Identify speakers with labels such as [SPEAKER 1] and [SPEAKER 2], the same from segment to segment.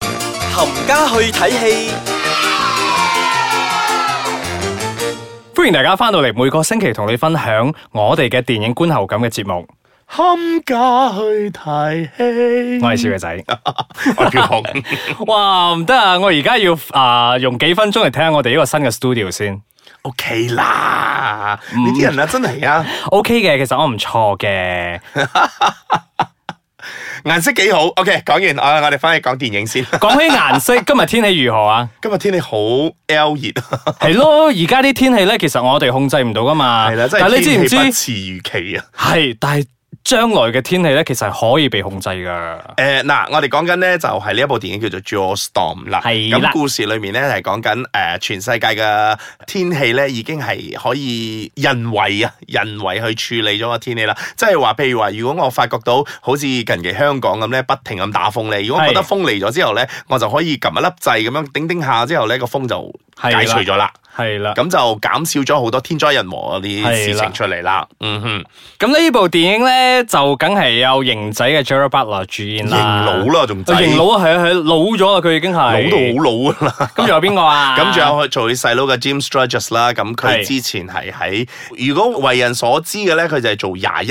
[SPEAKER 1] 冚家去睇戲。
[SPEAKER 2] 歡迎大家翻到嚟，每個星期同你分享我哋嘅電影觀後感嘅節目。
[SPEAKER 3] 冚家去睇戲。
[SPEAKER 2] 我係小嘅仔，
[SPEAKER 4] 我叫紅，嗯
[SPEAKER 2] 哇唔得啊！我而家要啊、用幾分鐘嚟睇下我哋呢個新嘅 studio 先。
[SPEAKER 4] OK 哦啦，
[SPEAKER 2] 嗯
[SPEAKER 4] 呢啲人啊真係啊，
[SPEAKER 2] OK 嘅，其實我唔錯嘅。
[SPEAKER 4] 顏色幾好。OK，講完啊，我哋翻去講電影先。
[SPEAKER 2] 講起顏色，今日天氣如何啊？
[SPEAKER 4] 今日天氣好 L 熱，啊
[SPEAKER 2] 係咯，而家啲天氣咧，其實我哋控制唔到噶嘛。
[SPEAKER 4] 係啦，真
[SPEAKER 2] 但係
[SPEAKER 4] 係
[SPEAKER 2] 你知唔
[SPEAKER 4] 天氣不
[SPEAKER 2] 知？
[SPEAKER 4] 似預期啊。
[SPEAKER 2] 係，但係將來嘅天氣咧，其實係可以被控制噶。
[SPEAKER 4] 誒嗱、我哋講緊咧就係呢一部電影叫做《Jaw Storm》啦。
[SPEAKER 2] 係啦
[SPEAKER 4] 咁故事裏面咧係講緊誒全世界嘅天氣咧已經係可以人為啊人為去處理咗個天氣啦。即係話譬如話，如果我發覺到好似近期香港咁咧，不停咁打風咧，如果我覺得
[SPEAKER 2] 係
[SPEAKER 4] 風嚟咗之後咧，我就可以撳一粒掣咁樣頂頂下之後咧，個風就
[SPEAKER 2] 係啦
[SPEAKER 4] 解
[SPEAKER 2] 啊
[SPEAKER 4] 除咗啦。
[SPEAKER 2] 係啦。
[SPEAKER 4] 咁就減少咗好多天災人禍嗰啲事
[SPEAKER 2] 係啦
[SPEAKER 4] 情出嚟啦。嗯哼，
[SPEAKER 2] 咁呢部電影咧就梗係有型仔嘅 Gerard Butler 主演
[SPEAKER 4] 型
[SPEAKER 2] 啦。
[SPEAKER 4] 佬啦，仲仔
[SPEAKER 2] 型佬啊，係啊，係啊老咗啊，佢已經係
[SPEAKER 4] 老到好老啊啦。
[SPEAKER 2] 咁仲有邊個啊？
[SPEAKER 4] 咁仲有佢做佢細佬嘅 James Sturges 啦，咁佢
[SPEAKER 2] 係
[SPEAKER 4] 之前係喺如果為人所知嘅咧，佢就係做廿一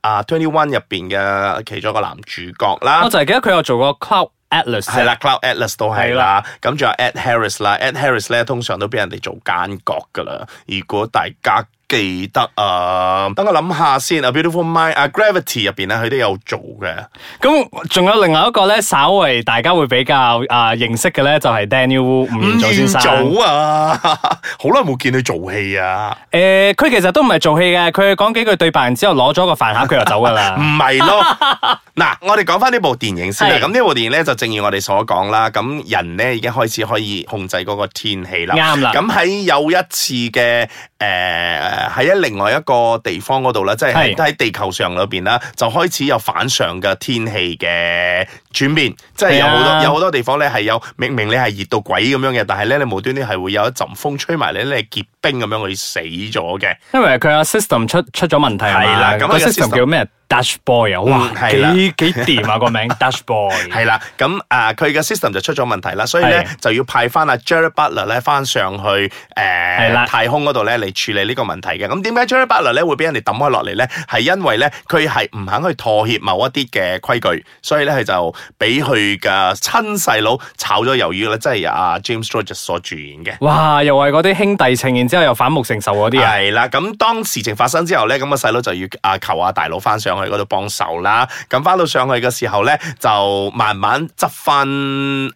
[SPEAKER 4] 啊 Twenty One 入邊嘅其中一個男主角啦
[SPEAKER 2] 我。就係記得佢有做過 Cloud Atlas。
[SPEAKER 4] 係啦。，Cloud Atlas 都係
[SPEAKER 2] 係
[SPEAKER 4] 啦
[SPEAKER 2] 啦，
[SPEAKER 4] 咁仲有 Ed Harris 啦，Ed Harris 咧通常都俾人哋做奸角噶啦。如果大家記得啊，等我諗下先啊，Beautiful Mind 啊，Gravity 入邊咧，佢都有做嘅。
[SPEAKER 2] 咁仲有另外一個咧，稍為大家會比較啊認識嘅咧，就係 Daniel Wu 吳彥祖先生。
[SPEAKER 4] 吳彥祖啊， 好耐冇見佢做戲啊！
[SPEAKER 2] 誒，佢其實都唔係做戲嘅，佢講幾句對白，然之後攞咗個飯盒，佢就走㗎
[SPEAKER 4] 唔
[SPEAKER 2] 啦。
[SPEAKER 4] 係咯，嗱，我哋講翻呢部電影先啦。
[SPEAKER 2] 係
[SPEAKER 4] 咁呢部電影咧就正如我哋所講啦，咁人咧已經開始可以控制嗰個天氣啦。
[SPEAKER 2] 啱啦
[SPEAKER 4] 咁喺有一次嘅誒喺另外一個地方嗰度啦，即係喺
[SPEAKER 2] 係
[SPEAKER 4] 喺地球上裏邊啦，就開始有反常嘅天氣嘅轉變，即係有好
[SPEAKER 2] 係
[SPEAKER 4] 多
[SPEAKER 2] 啊
[SPEAKER 4] 有好多地方咧係有明明你係熱到鬼咁樣嘅，但係咧你無端端係會有一陣風吹埋你，你係結冰咁樣去死咗嘅。
[SPEAKER 2] 因為佢個 system 出出咗問題啊嘛
[SPEAKER 4] 係啦咁佢
[SPEAKER 2] 個
[SPEAKER 4] 個
[SPEAKER 2] system
[SPEAKER 4] system
[SPEAKER 2] 叫咩？Dash Boy 啊，
[SPEAKER 4] 嗯
[SPEAKER 2] 哇，
[SPEAKER 4] 係啦
[SPEAKER 2] 幾幾掂啊個名 Dash Boy。
[SPEAKER 4] 係啦，咁啊佢嘅 system 就出咗問題啦，所以咧
[SPEAKER 2] 係
[SPEAKER 4] 就要派翻阿 Jared Butler 咧翻上去誒、
[SPEAKER 2] 係啦
[SPEAKER 4] 太空嗰度咧嚟處理呢個問題嘅。咁點解 Jared Butler 咧會俾人哋抌開落嚟咧？係因為咧佢係唔肯去妥協某一啲嘅規矩，所以咧佢就俾佢嘅親細佬炒咗魷魚啦，即係阿 James George 所主演嘅。
[SPEAKER 2] 哇，又係嗰啲兄弟情，然之後又反目成仇嗰啲啊。
[SPEAKER 4] 係啦，咁當事情發生之後咧，咁個細佬就要啊求阿大佬翻上去嗰度幫手啦。咁翻到上去嘅時候咧，就慢慢執翻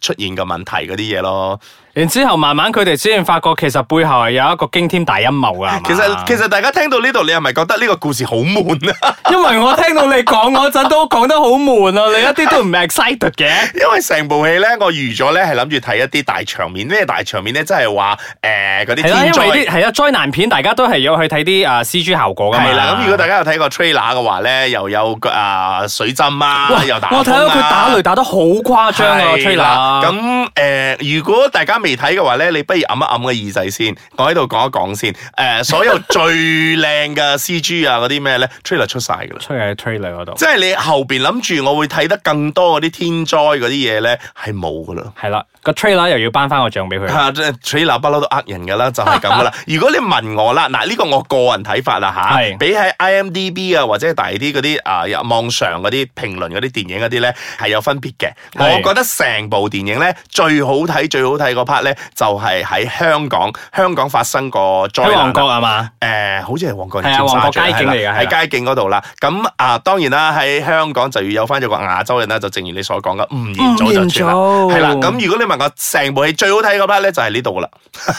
[SPEAKER 4] 出現嘅問題嗰啲嘢咯。
[SPEAKER 2] 然之後慢慢佢哋先發覺，其實背後係有一個驚天大陰謀啊。係嘛
[SPEAKER 4] 其實其實大家聽到呢度，你係咪覺得呢個故事好悶啊？
[SPEAKER 2] 因為我聽到你講嗰陣都講得好悶啊，你一啲都唔 excited 嘅。
[SPEAKER 4] 因為成部戲咧，我預咗咧係諗住睇一啲大場面，咩大場面咧，即係話誒嗰啲
[SPEAKER 2] 係啦，因
[SPEAKER 4] 天
[SPEAKER 2] 為啲
[SPEAKER 4] 災。
[SPEAKER 2] 係啊災難片，大家都係有去睇啲啊 C G 效果噶嘛。
[SPEAKER 4] 係啦，咁如果大家有睇過 trailer 嘅話咧，又有啊、水浸啊，
[SPEAKER 2] 哇
[SPEAKER 4] 又打
[SPEAKER 2] 我睇到
[SPEAKER 4] 風
[SPEAKER 2] 佢
[SPEAKER 4] 啊
[SPEAKER 2] 打雷打得好誇張啊
[SPEAKER 4] 係
[SPEAKER 2] trailer。
[SPEAKER 4] 啦咁诶，誒如果大家未睇嘅話咧，你不如揞一揞個耳仔先，我喺度講一講先。诶，所有最靚嘅 C G 啊，嗰啲咩咧，trailer 出晒噶啦。
[SPEAKER 2] 吹喺 trailer 嗰度。
[SPEAKER 4] 即係你後边諗住我會睇得更多嗰啲天災嗰啲嘢咧，係冇噶啦。
[SPEAKER 2] 係啦，個 trailer 又要頒翻個獎俾佢。
[SPEAKER 4] 啊，即係 trailer 不嬲都呃人㗎啦，就係咁㗎啦。 如果你問我啦，嗱呢個我個人睇法啦吓，
[SPEAKER 2] 係
[SPEAKER 4] 比喺 IMDB 啊或者係大啲嗰啲啊有網上嗰啲評論嗰啲電影嗰啲咧係有分別嘅。
[SPEAKER 2] 係
[SPEAKER 4] 我覺得成部電影咧最好睇最好睇嗰 part 咧就係喺香港，香港發生過災
[SPEAKER 2] 喺
[SPEAKER 4] 難啊
[SPEAKER 2] 旺角係嘛？
[SPEAKER 4] 誒、好似係旺角定
[SPEAKER 2] 係啊
[SPEAKER 4] 尖沙咀
[SPEAKER 2] 旺角街景嚟㗎
[SPEAKER 4] 係啦
[SPEAKER 2] 係啦
[SPEAKER 4] 喺街景嗰度啦。咁啊，當然啦，喺香港就要有翻咗個亞洲人啦，就正如你所講嘅，吳彥祖就算啦。
[SPEAKER 2] 吳彥祖
[SPEAKER 4] 係啦，咁如果你問我成部戲最好睇嗰 part 咧，就係呢度啦。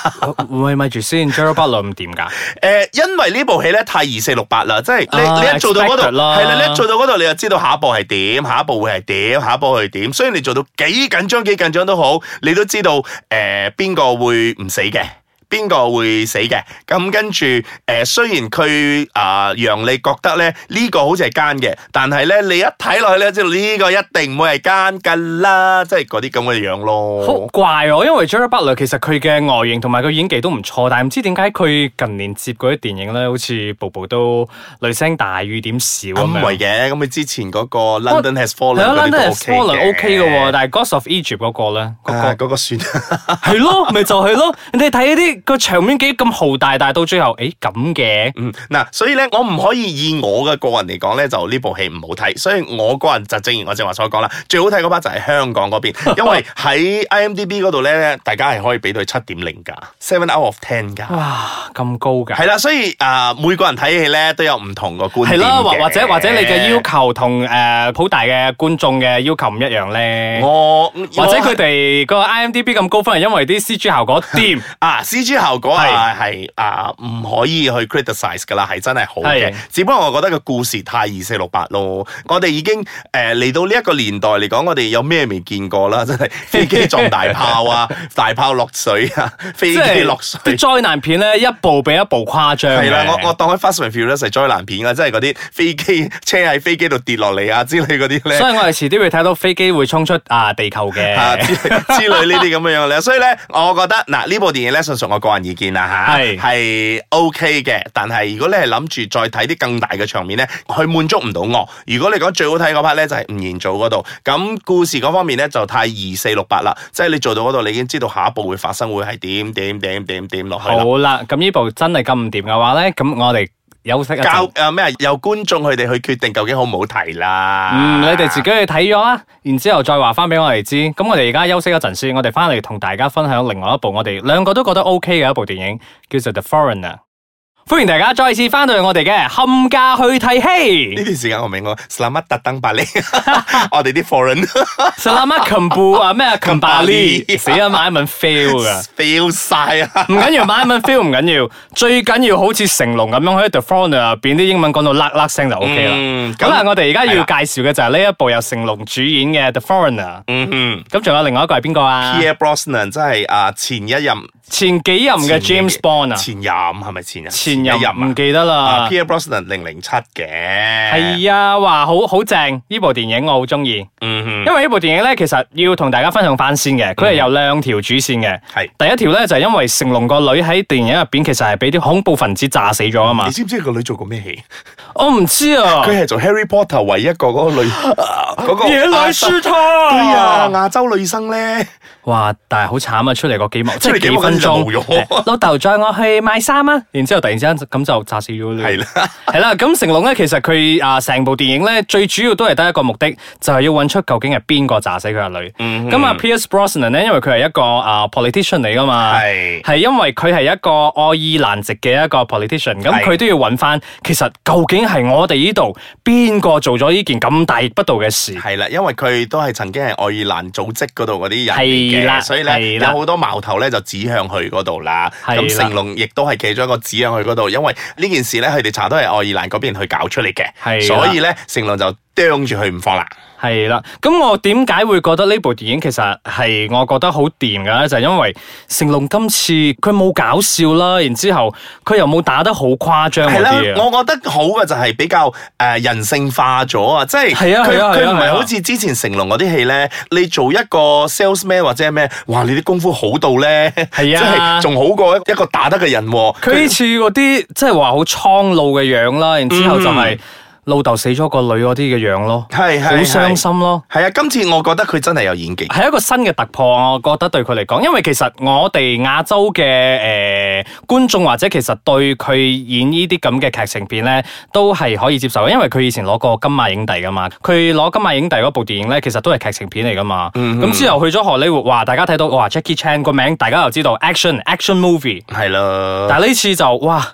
[SPEAKER 2] 喂，咪住先 j e r a b u t l e r 唔掂㗎。
[SPEAKER 4] 誒、因為呢部戲咧太二四六八啦，即係你、
[SPEAKER 2] 啊
[SPEAKER 4] 你一做到嗰度，
[SPEAKER 2] expected 啦
[SPEAKER 4] 係啦，你一做到嗰度，你就知道下一步係點，下一步會係點，下一步係點。雖然你做到幾緊張幾緊張都好，你都知道誒邊個會唔死嘅。邊個會死嘅。咁跟住誒、呃，雖然佢啊、讓你覺得咧呢、個好似係奸嘅，但係咧你一睇落去咧，知道呢個一定唔會係奸㗎啦，即係嗰啲咁嘅樣咯。
[SPEAKER 2] 好怪喎，因為 Gerard Butler 其實佢嘅外形同埋佢演技都唔錯，但係唔知點解佢近年接嗰啲電影咧，好似步步都雷聲大雨點小咁
[SPEAKER 4] 咁唔係嘅，
[SPEAKER 2] 樣。
[SPEAKER 4] 咁佢之前嗰個 London Has
[SPEAKER 2] 啊係
[SPEAKER 4] Fallen
[SPEAKER 2] 啊
[SPEAKER 4] 嗰啲都
[SPEAKER 2] London
[SPEAKER 4] OK 嘅
[SPEAKER 2] Fallen OK 嘅喎，但係 Gods of Egypt 嗰個咧，嗰
[SPEAKER 4] 啊
[SPEAKER 2] 個
[SPEAKER 4] 嗰個算
[SPEAKER 2] 係咯，咪就係咯。你睇啲個場面幾咁浩大，但係到最後，誒咁嘅，
[SPEAKER 4] 嗯嗱，所以咧，我唔可以以我嘅個人嚟講咧，就呢部戲唔好睇。所以我個人就正如我正話所講啦， 最好睇嗰班就係香港嗰 邊，因為喺 IMDB 嗰度咧，大家係可以俾到七點零㗎，seven out of ten
[SPEAKER 2] 啊
[SPEAKER 4] 㗎。
[SPEAKER 2] 哇咁高㗎。
[SPEAKER 4] 係啦，所以啊、每個人睇戲咧都有唔同個觀
[SPEAKER 2] 係
[SPEAKER 4] 點
[SPEAKER 2] 啦，或
[SPEAKER 4] 嘅
[SPEAKER 2] 或者或者你嘅要，求同诶好大嘅觀眾嘅要求唔一樣咧，
[SPEAKER 4] 我
[SPEAKER 2] 或者
[SPEAKER 4] 我
[SPEAKER 2] 佢哋個 IMDB 咁高分係因為啲 CG 效果掂。
[SPEAKER 4] 啊，CG 效果啊係啊唔可以去 criticise 㗎啦，係真係好嘅
[SPEAKER 2] 係。
[SPEAKER 4] 只不過我覺得個故事太二四六八咯。我哋已經誒嚟、到呢一個年代嚟講，我哋有咩未見過啦？ 真係飛機撞大炮啊， 大炮落水啊，飛
[SPEAKER 2] 即
[SPEAKER 4] 機
[SPEAKER 2] 係
[SPEAKER 4] 落水。
[SPEAKER 2] 啲災難片咧，一步比一步誇張嘅。
[SPEAKER 4] 係啦，我我當喺 Fast and Furious 係災難片啊，即係嗰啲飛機車喺飛機度跌落嚟啊之類嗰啲咧。
[SPEAKER 2] 所以我哋遲啲會睇到飛機會衝出啊地球 嘅。
[SPEAKER 4] 啊之類之類呢啲咁樣 樣咧，所以咧，我覺得嗱呢部電影咧，純屬我個人意見啦吓，
[SPEAKER 2] 係
[SPEAKER 4] 係 OK 嘅。但係如果你係諗住再睇啲更大嘅場面咧，佢滿足唔到我。如果你講最好睇嗰 part 咧，就係吳彥祖嗰度。咁故事嗰方面咧就太二四六八啦，即係你做到嗰度，你已經知道下一步會發生會係點點點點點落去啦。
[SPEAKER 2] 好啦，咁呢部真係咁唔掂嘅話咧，咁我哋休息一
[SPEAKER 4] 交
[SPEAKER 2] 陣。
[SPEAKER 4] 誒咩啊？由觀眾佢哋去決定究竟好唔好睇啦。
[SPEAKER 2] 嗯，你哋自己去睇咗啦，然之後再話翻俾我哋知。咁我哋而家休息一陣先，我哋翻嚟同大家分享另外一部我哋兩個都覺得 OK 嘅一部電影，叫做《The Foreigner》。歡迎大家再次翻到嚟我哋嘅冚家去 睇
[SPEAKER 4] 呢
[SPEAKER 2] 戲。
[SPEAKER 4] 段時間我明我 s l a m 特登白你， 我哋啲 foreign。
[SPEAKER 2] Selamat k e m b u 啊咩 k e m b a l i
[SPEAKER 4] Kembali
[SPEAKER 2] 死啦，買文 fail 噶。
[SPEAKER 4] fail 晒啊！
[SPEAKER 2] 唔緊要，買英文 feel 唔緊要， 最緊要好似成龍咁樣喺 The Foreigner 入邊啲英文講到啦啦聲就 OK 啦。
[SPEAKER 4] 嗯
[SPEAKER 2] 咁啊，我哋而家要
[SPEAKER 4] 係
[SPEAKER 2] 介
[SPEAKER 4] 啦
[SPEAKER 2] 紹嘅就係呢一部由成龍主演嘅 The Foreigner。
[SPEAKER 4] 嗯
[SPEAKER 2] 咁仲有另外一個係邊個啊
[SPEAKER 4] 哼 Pierre Brosnan 真係啊前一任
[SPEAKER 2] 前幾任嘅 James Bond 啊，
[SPEAKER 4] 前任係咪前任？
[SPEAKER 2] 前
[SPEAKER 4] 一
[SPEAKER 2] 任
[SPEAKER 4] 啊
[SPEAKER 2] 唔記得
[SPEAKER 4] 啊
[SPEAKER 2] 啦。
[SPEAKER 4] Pierre Brosnan 零零七嘅，
[SPEAKER 2] 係啊，哇，好好正！呢部電影我好中意，
[SPEAKER 4] 嗯
[SPEAKER 2] 因為呢部電影咧，其實要同大家分享翻先嘅，佢係有兩條主線嘅。
[SPEAKER 4] 哼係。
[SPEAKER 2] 第一條咧就係因為成龍個女喺電影入邊其實係俾啲恐怖分子炸死咗啊嘛
[SPEAKER 4] 你，知唔知個女做過咩戲？
[SPEAKER 2] 我唔知啊。
[SPEAKER 4] 佢係做 Harry Potter 唯一一個嗰個 女嗰個
[SPEAKER 2] 原來是他。
[SPEAKER 4] 對啊，亞洲女生咧，
[SPEAKER 2] 哇！但係好慘啊，出嚟個幾幕，
[SPEAKER 4] 出
[SPEAKER 2] 即係
[SPEAKER 4] 嚟幾
[SPEAKER 2] 幾
[SPEAKER 4] 幕
[SPEAKER 2] 分
[SPEAKER 4] 跟
[SPEAKER 2] 鐘
[SPEAKER 4] 住就冇 咗。
[SPEAKER 2] 老豆載我去買衫啊，然之後突然之間咁就炸死咗你。
[SPEAKER 4] 係啦，
[SPEAKER 2] 係啦。咁成龍咧，其實佢啊成部電影咧，最主要都係得一個目的，就係要揾出究竟係邊個炸死佢阿女。
[SPEAKER 4] 嗯
[SPEAKER 2] 咁啊，Pierce Brosnan 咧，因為佢係一個啊 politician 嚟噶嘛，
[SPEAKER 4] 係
[SPEAKER 2] 係因為佢係一個愛爾蘭籍嘅一個 politician，咁
[SPEAKER 4] 係
[SPEAKER 2] 佢都要揾翻，其實究竟係我哋呢度邊個做咗呢件咁大逆不道嘅事？
[SPEAKER 4] 係啦，因為佢都係曾經係愛爾蘭組織嗰度嗰啲人嚟
[SPEAKER 2] 係啦
[SPEAKER 4] 嘅，所以咧
[SPEAKER 2] 係
[SPEAKER 4] 有
[SPEAKER 2] 啦
[SPEAKER 4] 好多矛頭咧就指向佢嗰度啦。
[SPEAKER 2] 係
[SPEAKER 4] 咁
[SPEAKER 2] 啦
[SPEAKER 4] 成龍亦都係其中一個指向佢嗰度，因為呢件事咧佢哋查都係愛爾蘭嗰邊去搞出嚟嘅，
[SPEAKER 2] 係啦
[SPEAKER 4] 所以咧成龍就啄住佢唔放啦。
[SPEAKER 2] 係啦，咁我點解會覺得呢部電影其實係我覺得好掂嘅咧？就係因為成龍今次佢冇搞笑啦，然之後佢又冇打得好誇張
[SPEAKER 4] 係
[SPEAKER 2] 嗰
[SPEAKER 4] 啦，
[SPEAKER 2] 啲啊。
[SPEAKER 4] 我覺得好嘅就係比較誒人性化咗啊，即係
[SPEAKER 2] 係啊
[SPEAKER 4] 佢
[SPEAKER 2] 係啊
[SPEAKER 4] 佢
[SPEAKER 2] 係啊
[SPEAKER 4] 唔係
[SPEAKER 2] 係啊
[SPEAKER 4] 好似之前成龍嗰啲戲咧，你做一個 salesman 或者係咩，哇！你啲功夫好到咧，即
[SPEAKER 2] 係啊
[SPEAKER 4] 係仲好過一個打得嘅人喎。
[SPEAKER 2] 佢呢次嗰啲即係話好蒼老嘅樣啦，然之後就係老豆死咗個女嗰啲嘅樣咯，
[SPEAKER 4] 係係
[SPEAKER 2] 好傷
[SPEAKER 4] 係
[SPEAKER 2] 心咯。
[SPEAKER 4] 係啊，今次我覺得佢真係有演技。
[SPEAKER 2] 係一個新嘅突破，我覺得對佢嚟講，因為其實我哋亞洲嘅誒、呃、觀眾或者其實對佢演呢啲咁嘅劇情片咧，都係可以接受嘅，因為佢以前攞過金馬影帝噶嘛，佢攞金馬影帝嗰部電影咧，其實都係劇情片嚟噶嘛。咁、之後去咗荷里活，哇！大家睇到哇 Jackie Chan 個名，大家又知道 action action movie，
[SPEAKER 4] 係啦，
[SPEAKER 2] 但係呢次就哇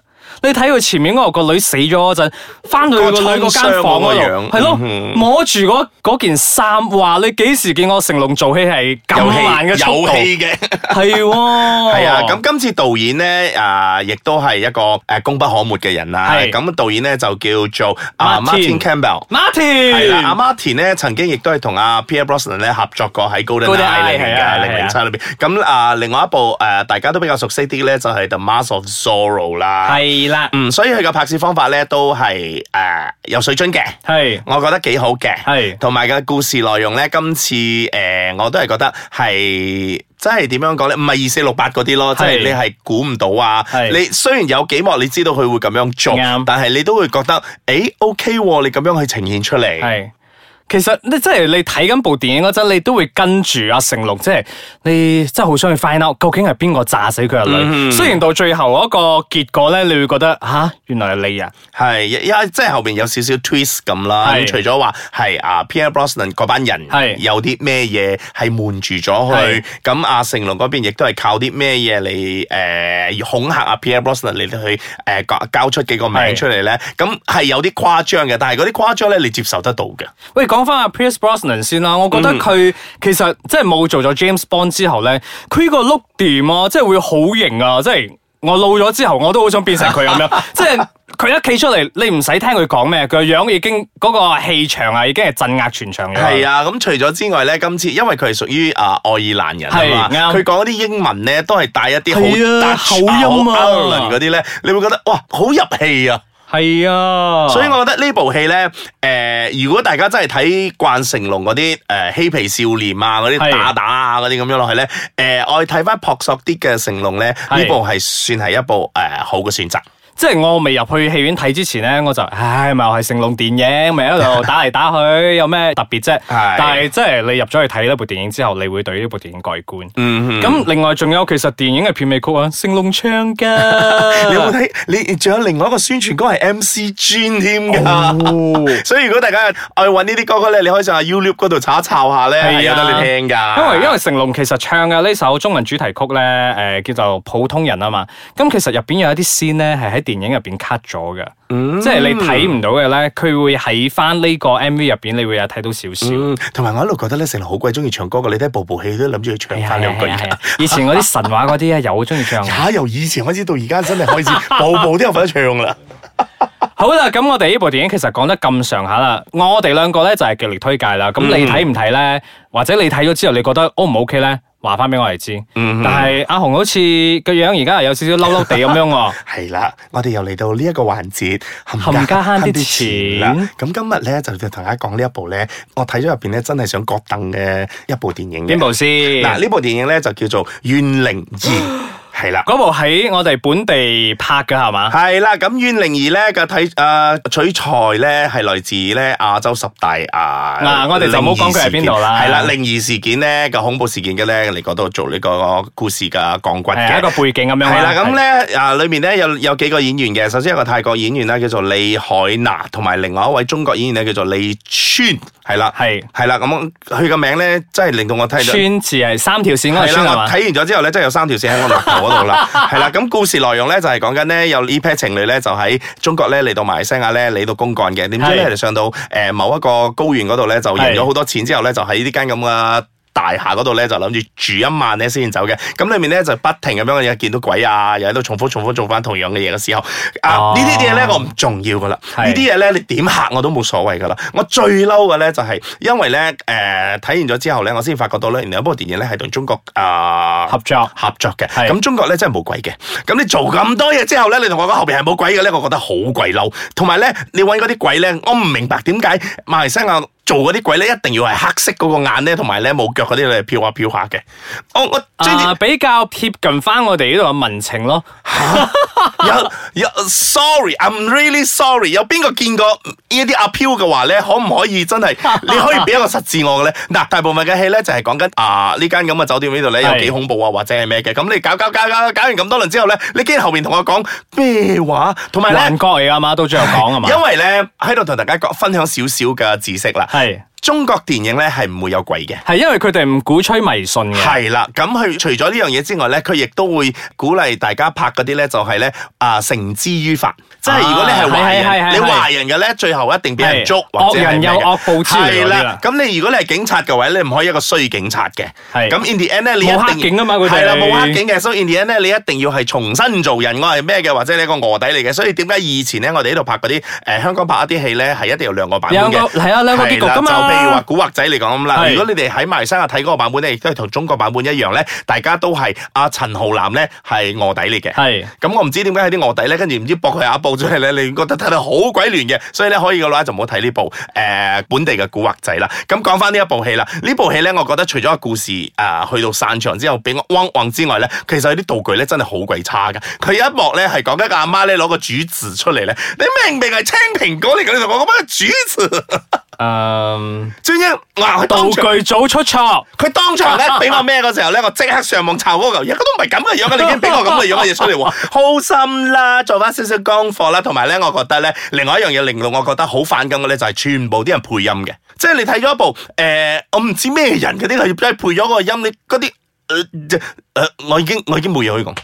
[SPEAKER 2] 你睇佢前面嗰個個女死咗嗰陣，翻到去個女嗰間房嗰
[SPEAKER 4] 個樣
[SPEAKER 2] 度，係咯，
[SPEAKER 4] 嗯
[SPEAKER 2] 摸住嗰嗰件衫，話你幾時見我成龍做戲係咁
[SPEAKER 4] 有戲
[SPEAKER 2] 慢嘅哦速
[SPEAKER 4] 有
[SPEAKER 2] 度？
[SPEAKER 4] 戲嘅。
[SPEAKER 2] 係 喎，
[SPEAKER 4] 系啊，咁今次導演咧啊，亦都係一個诶功不可沒嘅人啦。
[SPEAKER 2] 係
[SPEAKER 4] 咁導演咧就叫做啊 Martin
[SPEAKER 2] Martin
[SPEAKER 4] Campbell。
[SPEAKER 2] Martin
[SPEAKER 4] 係啦，阿啊 Martin 咧曾經亦都係同阿 Pierre Brosnan 咧合作過喺 Golden
[SPEAKER 2] Golden
[SPEAKER 4] Eye 裏
[SPEAKER 2] Eye，
[SPEAKER 4] 面
[SPEAKER 2] 係啊
[SPEAKER 4] 嘅零
[SPEAKER 2] 係啊
[SPEAKER 4] 零七裏邊。咁啊，另外一部誒大家都比較熟悉啲咧，就係 The Mask of Zorro 啦。
[SPEAKER 2] 係啦，
[SPEAKER 4] 嗯，所以佢嘅拍攝方法咧都係誒有水準嘅。
[SPEAKER 2] 係
[SPEAKER 4] 我覺得幾好嘅，
[SPEAKER 2] 係
[SPEAKER 4] 同埋嘅故事內容咧，今次誒、呃我都係覺得係。真係點樣講咧？唔係二四六八嗰啲咯，即係
[SPEAKER 2] 係
[SPEAKER 4] 你係估唔到啊！
[SPEAKER 2] 係
[SPEAKER 4] 你雖然有幾幕你知道佢會咁樣做
[SPEAKER 2] 啱，
[SPEAKER 4] 但係你都會覺得，誒 OK 喎，你咁樣去呈現出嚟，
[SPEAKER 2] 係。其實你即係你睇緊部電影嗰陣，你都會跟住阿成龍，即係你真係好想去 find out 究竟係邊個炸死佢阿女。
[SPEAKER 4] 嗯
[SPEAKER 2] 雖然到最後嗰個結果咧，你會覺得吓、原來係你啊，
[SPEAKER 4] 係一一即係後邊有少少 twist 咁啦。
[SPEAKER 2] 係
[SPEAKER 4] 咁除咗話係啊 Pierre Brosnan 嗰班人
[SPEAKER 2] 係
[SPEAKER 4] 有啲咩嘢係瞞住咗
[SPEAKER 2] 係
[SPEAKER 4] 佢，咁阿成龍嗰邊亦都係靠啲咩嘢嚟誒恐嚇阿 Pierre Brosnan 嚟到去誒交交出幾個
[SPEAKER 2] 係
[SPEAKER 4] 名出嚟咧？咁係有啲誇張嘅，但係嗰啲誇張咧，你接受得到嘅。
[SPEAKER 2] 喂，講翻阿 Pierce Brosnan 先啦，我覺
[SPEAKER 4] 嗯
[SPEAKER 2] 得佢其實即係冇做咗 James Bond 之後咧，佢個 look 掂啊，即係會好型啊，即係我老咗之後，我都好想變成佢咁 樣，即係。佢一企出嚟，你唔使聽佢講咩，佢個樣已經嗰、個氣場啊，已經係鎮壓全場嘅。
[SPEAKER 4] 係啊，咁除咗之外咧，今次因為佢係屬於啊愛爾蘭人啊
[SPEAKER 2] 係
[SPEAKER 4] 嘛，
[SPEAKER 2] 啱
[SPEAKER 4] 佢講嗰啲英文咧都係帶一啲
[SPEAKER 2] 係啊
[SPEAKER 4] 好
[SPEAKER 2] 口音啊
[SPEAKER 4] 嗰啲咧，你會覺得哇好入戲啊！
[SPEAKER 2] 係啊，
[SPEAKER 4] 所以我覺得呢部戲咧，誒、如果大家真係睇慣成龍嗰啲誒嬉皮少年啊，嗰
[SPEAKER 2] 係
[SPEAKER 4] 啲打打啊嗰啲咁樣落去咧，誒、我睇翻朴索啲嘅成龍咧，
[SPEAKER 2] 係啊
[SPEAKER 4] 呢部係算係一部誒、好嘅選擇。
[SPEAKER 2] 即係我未入去戲院睇之前咧，我就唉，咪又係成龍電影，咪喺 度打嚟打去，有咩特別啫？但係即係你入咗去睇呢部電影之後，你會對呢部電影改觀。
[SPEAKER 4] 嗯
[SPEAKER 2] 咁、另外仲有，其實電影嘅片尾曲啊，成龍唱噶。
[SPEAKER 4] 你有冇啊睇？你仲有另外一個宣傳歌係 MC Jin 添㗎。
[SPEAKER 2] 哦
[SPEAKER 4] 所以如果大家愛揾呢啲歌曲咧，你可以上下 YouTube 嗰度查一查下咧，
[SPEAKER 2] 係啊
[SPEAKER 4] 係有得你聽㗎。
[SPEAKER 2] 因為因為成龍其實唱嘅呢首中文主題曲咧，誒、叫做普通人啊嘛。咁其實入邊有一啲先咧係喺電影入邊 cut 咗嘅，
[SPEAKER 4] 嗯
[SPEAKER 2] 即係你睇唔到嘅咧，佢會喺翻呢個 MV 入邊，你會有睇到少少。
[SPEAKER 4] 嗯，同埋我一路覺得咧，成龍好鬼中意唱歌㗎，你睇部部戲都諗住佢唱翻兩句
[SPEAKER 2] 係啊。係啊係啊以前嗰啲神話嗰啲啊，有中意唱。
[SPEAKER 4] 吓、由以前開始到而家，真係開始步步都有份唱 啦。
[SPEAKER 2] 好啦，咁我哋呢部電影其實講得咁上下啦，我哋兩個咧就係極力推介啦。咁你睇唔睇咧？或者你睇咗之後，你覺得 O 唔 OK 咧？話翻俾我哋知。但係阿紅好似個樣而家係有少少嬲嬲地咁樣喎。
[SPEAKER 4] 係啦，我哋又嚟到呢一個環節，
[SPEAKER 2] 冚家慳啲錢
[SPEAKER 4] 啦。咁今日咧就同大家講呢一部咧，我睇咗入邊咧真係想割凳嘅一部電影嘅。
[SPEAKER 2] 邊部先？
[SPEAKER 4] 嗱，呢部電影咧就叫做《怨靈 二》，係啦。
[SPEAKER 2] 嗰部喺我哋本地拍嘅係嘛？
[SPEAKER 4] 係啦，咁《怨靈二》咧嘅睇誒取材咧係來自咧亞洲十大啊
[SPEAKER 2] 嗱我哋就唔好講佢係邊度啦
[SPEAKER 4] 係啦，靈異事件咧嘅恐怖事件嘅咧嚟嗰度做呢個故事嘅鋼骨
[SPEAKER 2] 係啊
[SPEAKER 4] 嘅
[SPEAKER 2] 一個。背景咁樣
[SPEAKER 4] 係啦，咁咧啊，裏面咧有有幾個演員嘅，首先有個泰國演員啦，叫做李海娜，同埋另外一位中國演員咧叫做李川，係啦，
[SPEAKER 2] 係
[SPEAKER 4] 係啦，咁佢個名咧真係令到我睇到。
[SPEAKER 2] 穿字係三條線嗰個
[SPEAKER 4] 係
[SPEAKER 2] 穿
[SPEAKER 4] 啦，
[SPEAKER 2] 係
[SPEAKER 4] 我
[SPEAKER 2] 嘛？
[SPEAKER 4] 睇完咗之後咧，真係有三條線喺我額頭嗰度 啦。係啦，咁故事內容咧就係講緊咧有呢 pair 情侶咧就喺中國咧嚟到馬來西亞咧嚟到公幹嘅，點知咧
[SPEAKER 2] 係
[SPEAKER 4] 佢哋上到誒某一個高原嗰度咧就贏
[SPEAKER 2] 係
[SPEAKER 4] 咗好多錢之後咧就喺呢間咁嘅。大廈嗰度咧就諗住住一晚咧先走嘅，咁裏面咧就不停咁樣有見到鬼啊，又喺度重複重複做翻同樣嘅嘢嘅時候，
[SPEAKER 2] 哦
[SPEAKER 4] 啊呢啲嘢咧我唔重要噶啦，
[SPEAKER 2] 係
[SPEAKER 4] 呢啲嘢咧你點嚇我都冇所謂噶啦。我最嬲嘅咧就係因為咧誒睇完咗之後咧，我先發覺到咧原來有部電影咧係同中國啊、
[SPEAKER 2] 合作
[SPEAKER 4] 合作嘅，
[SPEAKER 2] 係
[SPEAKER 4] 咁中國咧真係冇鬼嘅。咁你做咁多嘢之後咧，你同我講後邊係冇鬼嘅咧，我覺得好鬼嬲。同埋咧，你揾嗰啲鬼咧，我唔明白點解馬來西亞做嗰啲鬼咧，一定要係黑色嗰個眼咧，同埋咧冇腳嗰啲嚟飄下飄下嘅。我我將啲
[SPEAKER 2] 啊，比較貼近翻我哋呢度嘅民情咯。
[SPEAKER 4] 有 有，sorry，I'm really sorry。有邊個見過呢啲阿飄嘅話咧？可唔可以真 係你可以俾一個實字我嘅咧？嗱，大部分嘅戲咧就係講緊啊呢間咁嘅酒店呢度咧
[SPEAKER 2] 係
[SPEAKER 4] 有幾恐怖啊，或者係咩嘅？咁你搞搞搞搞搞完咁多輪之後咧，你竟然後面同我講咩話？同埋
[SPEAKER 2] 幻
[SPEAKER 4] 咧，
[SPEAKER 2] 覺嚟㗎嘛，到最後講係嘛？
[SPEAKER 4] 因為咧喺度同大家講分享少少嘅知識啦。
[SPEAKER 2] 係
[SPEAKER 4] 中國電影咧係唔會有鬼嘅。
[SPEAKER 2] 係因為佢哋唔鼓吹迷信嘅，
[SPEAKER 4] 係啦，咁佢除咗呢樣嘢之外咧，佢亦都會鼓勵大家拍嗰啲咧，就係咧啊，繩之於法，即係如果你係壞
[SPEAKER 2] 啊係係係
[SPEAKER 4] 人，
[SPEAKER 2] 係
[SPEAKER 4] 你壞人嘅咧，最後一定俾人
[SPEAKER 2] 係
[SPEAKER 4] 捉，或者係
[SPEAKER 2] 惡人
[SPEAKER 4] 咩
[SPEAKER 2] 有
[SPEAKER 4] 嘅
[SPEAKER 2] 惡報之類
[SPEAKER 4] 係
[SPEAKER 2] 嗰啲啦
[SPEAKER 4] 啦，咁你如果你係警察嘅話，你唔可以一個衰警察嘅。
[SPEAKER 2] 係
[SPEAKER 4] 咁 in the end 咧，你一定
[SPEAKER 2] 冇黑警啊嘛佢哋
[SPEAKER 4] 係啦，冇黑警嘅，所以 in the end 咧，你一定要係重新做人，我係咩嘅，或者你一個卧底嚟嘅。所以點解以前咧，我哋喺度拍嗰啲誒香港拍一啲戲咧，係一定有兩個版本
[SPEAKER 2] 有個
[SPEAKER 4] 嘅。
[SPEAKER 2] 係啊兩個結局噶
[SPEAKER 4] 係啦就譬如話
[SPEAKER 2] 嘛，
[SPEAKER 4] 古惑仔嚟講咁啦，
[SPEAKER 2] 係
[SPEAKER 4] 如果你哋喺馬來西亞睇嗰個版本咧，亦都係同中國版本一樣咧，大家都係阿陳浩南咧係卧底嚟嘅。
[SPEAKER 2] 係
[SPEAKER 4] 咁我唔知點解喺啲卧底咧，跟住唔知搏佢阿布出嚟咧，你覺得睇到好鬼亂嘅，所以咧可以嘅話就唔好睇呢部誒、呃本地嘅古惑仔啦。咁講翻呢一部戲啦，呢部戲咧，我覺得除咗個故事啊、去到散場之後俾我汪汪之外咧，其實有啲道具咧真係好鬼差㗎。佢有一幕咧係講緊個阿媽咧攞個主子出嚟咧，你明明係青蘋果嚟嘅，你同我講乜主子？
[SPEAKER 2] 嗯
[SPEAKER 4] 專英嗱，佢
[SPEAKER 2] 道
[SPEAKER 4] 當場
[SPEAKER 2] 具組出錯，
[SPEAKER 4] 佢當場咧俾我咩嗰時候咧，我即刻上網查嗰個嘢，佢都唔係咁嘅樣嘅，你已經俾我咁嘅樣嘅嘢出嚟喎，好心啦，做翻少少功課啦，同埋咧，我覺得咧，另外一樣嘢令到我覺得好反感嘅咧，就係全部啲人配音嘅，即係你睇咗一部誒、呃我唔知咩人嗰啲佢真係配咗個音，你嗰啲。誒、呃我已經我已經冇嘢可以講，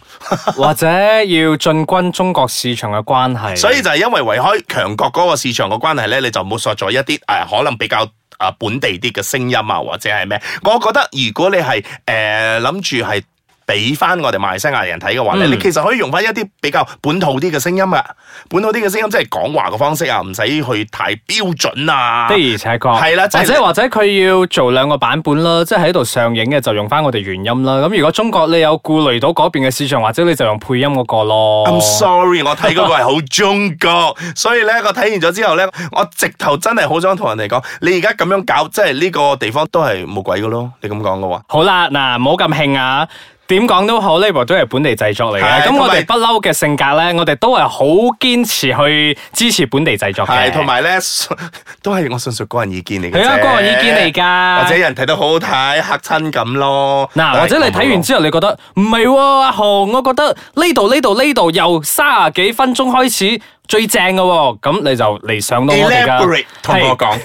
[SPEAKER 2] 或者要進軍中國市場嘅關係，
[SPEAKER 4] 所以就係因為圍開強國嗰個市場嘅關係咧，你就冇索咗一啲誒、呃可能比較啊、呃本地啲嘅聲音啊，或者係咩？我覺得如果你係誒諗住係俾翻我哋馬來西亞人睇嘅話咧，
[SPEAKER 2] 嗯
[SPEAKER 4] 你其實可以用翻一啲比較本土啲嘅聲音啊，本土啲嘅聲音即係講話嘅方式啊，唔使去太標準啊
[SPEAKER 2] 的。而且確
[SPEAKER 4] 係啦即係
[SPEAKER 2] 或者或者佢要做兩個版本啦，即係喺度上映嘅就用翻我哋原音啦。咁如果中國你有顧慮到嗰邊嘅市場，或者你就用配音嗰個咯。
[SPEAKER 4] I'm sorry，我睇嗰個係好中國， 所以咧我睇完咗之後咧，我直頭真係好想同人哋講，你而家咁樣搞，即係呢個地方都係冇鬼噶咯，你咁講嘅話。
[SPEAKER 2] 好啦，嗱，唔好咁興啊！點講都好，呢部都係本地製作嚟嘅。
[SPEAKER 4] 係
[SPEAKER 2] 咁我哋不
[SPEAKER 4] 同
[SPEAKER 2] 嬲嘅性格咧，我哋都係好堅持去支持本地製作嘅。
[SPEAKER 4] 系，同埋咧， 都係我純屬個人意見嚟嘅啫。
[SPEAKER 2] 係啊個人意見嚟㗎
[SPEAKER 4] 或者有人睇得好好睇，嚇親咁咯。
[SPEAKER 2] 嗱，或者你睇完之後，你覺得唔係喎，阿豪，我覺得呢度呢度呢度由三十幾分鐘開始最正嘅喎，咁你就嚟上到我哋噶。
[SPEAKER 4] ，elaborate 同我講，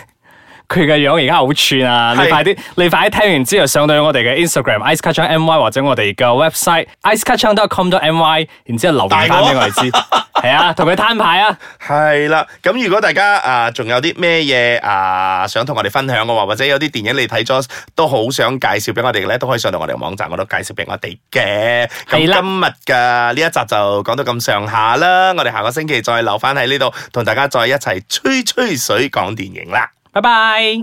[SPEAKER 2] 佢嘅樣而家好串啊！
[SPEAKER 4] 係
[SPEAKER 2] 你快啲，你快啲聽完之後上到我哋嘅 Instagram i c e c a t c h n g my 或者我哋嘅 website i c e c a t c h n g c o m my，然之後留言翻
[SPEAKER 4] 大我
[SPEAKER 2] 俾我哋知，係啊，同佢攤牌啊！
[SPEAKER 4] 係啦。咁如果大家啊，仲有啲咩嘢啊，想同我哋分享嘅話，或者有啲電影你睇咗都好想介紹俾我哋嘅咧，都可以上到我哋嘅網站嗰度介紹俾我哋嘅。咁今
[SPEAKER 2] 係啦
[SPEAKER 4] 日嘅呢一集就講到咁上下啦。我哋下個星期再留翻喺呢度，同大家再一齊吹吹水講電影啦。
[SPEAKER 2] 拜拜。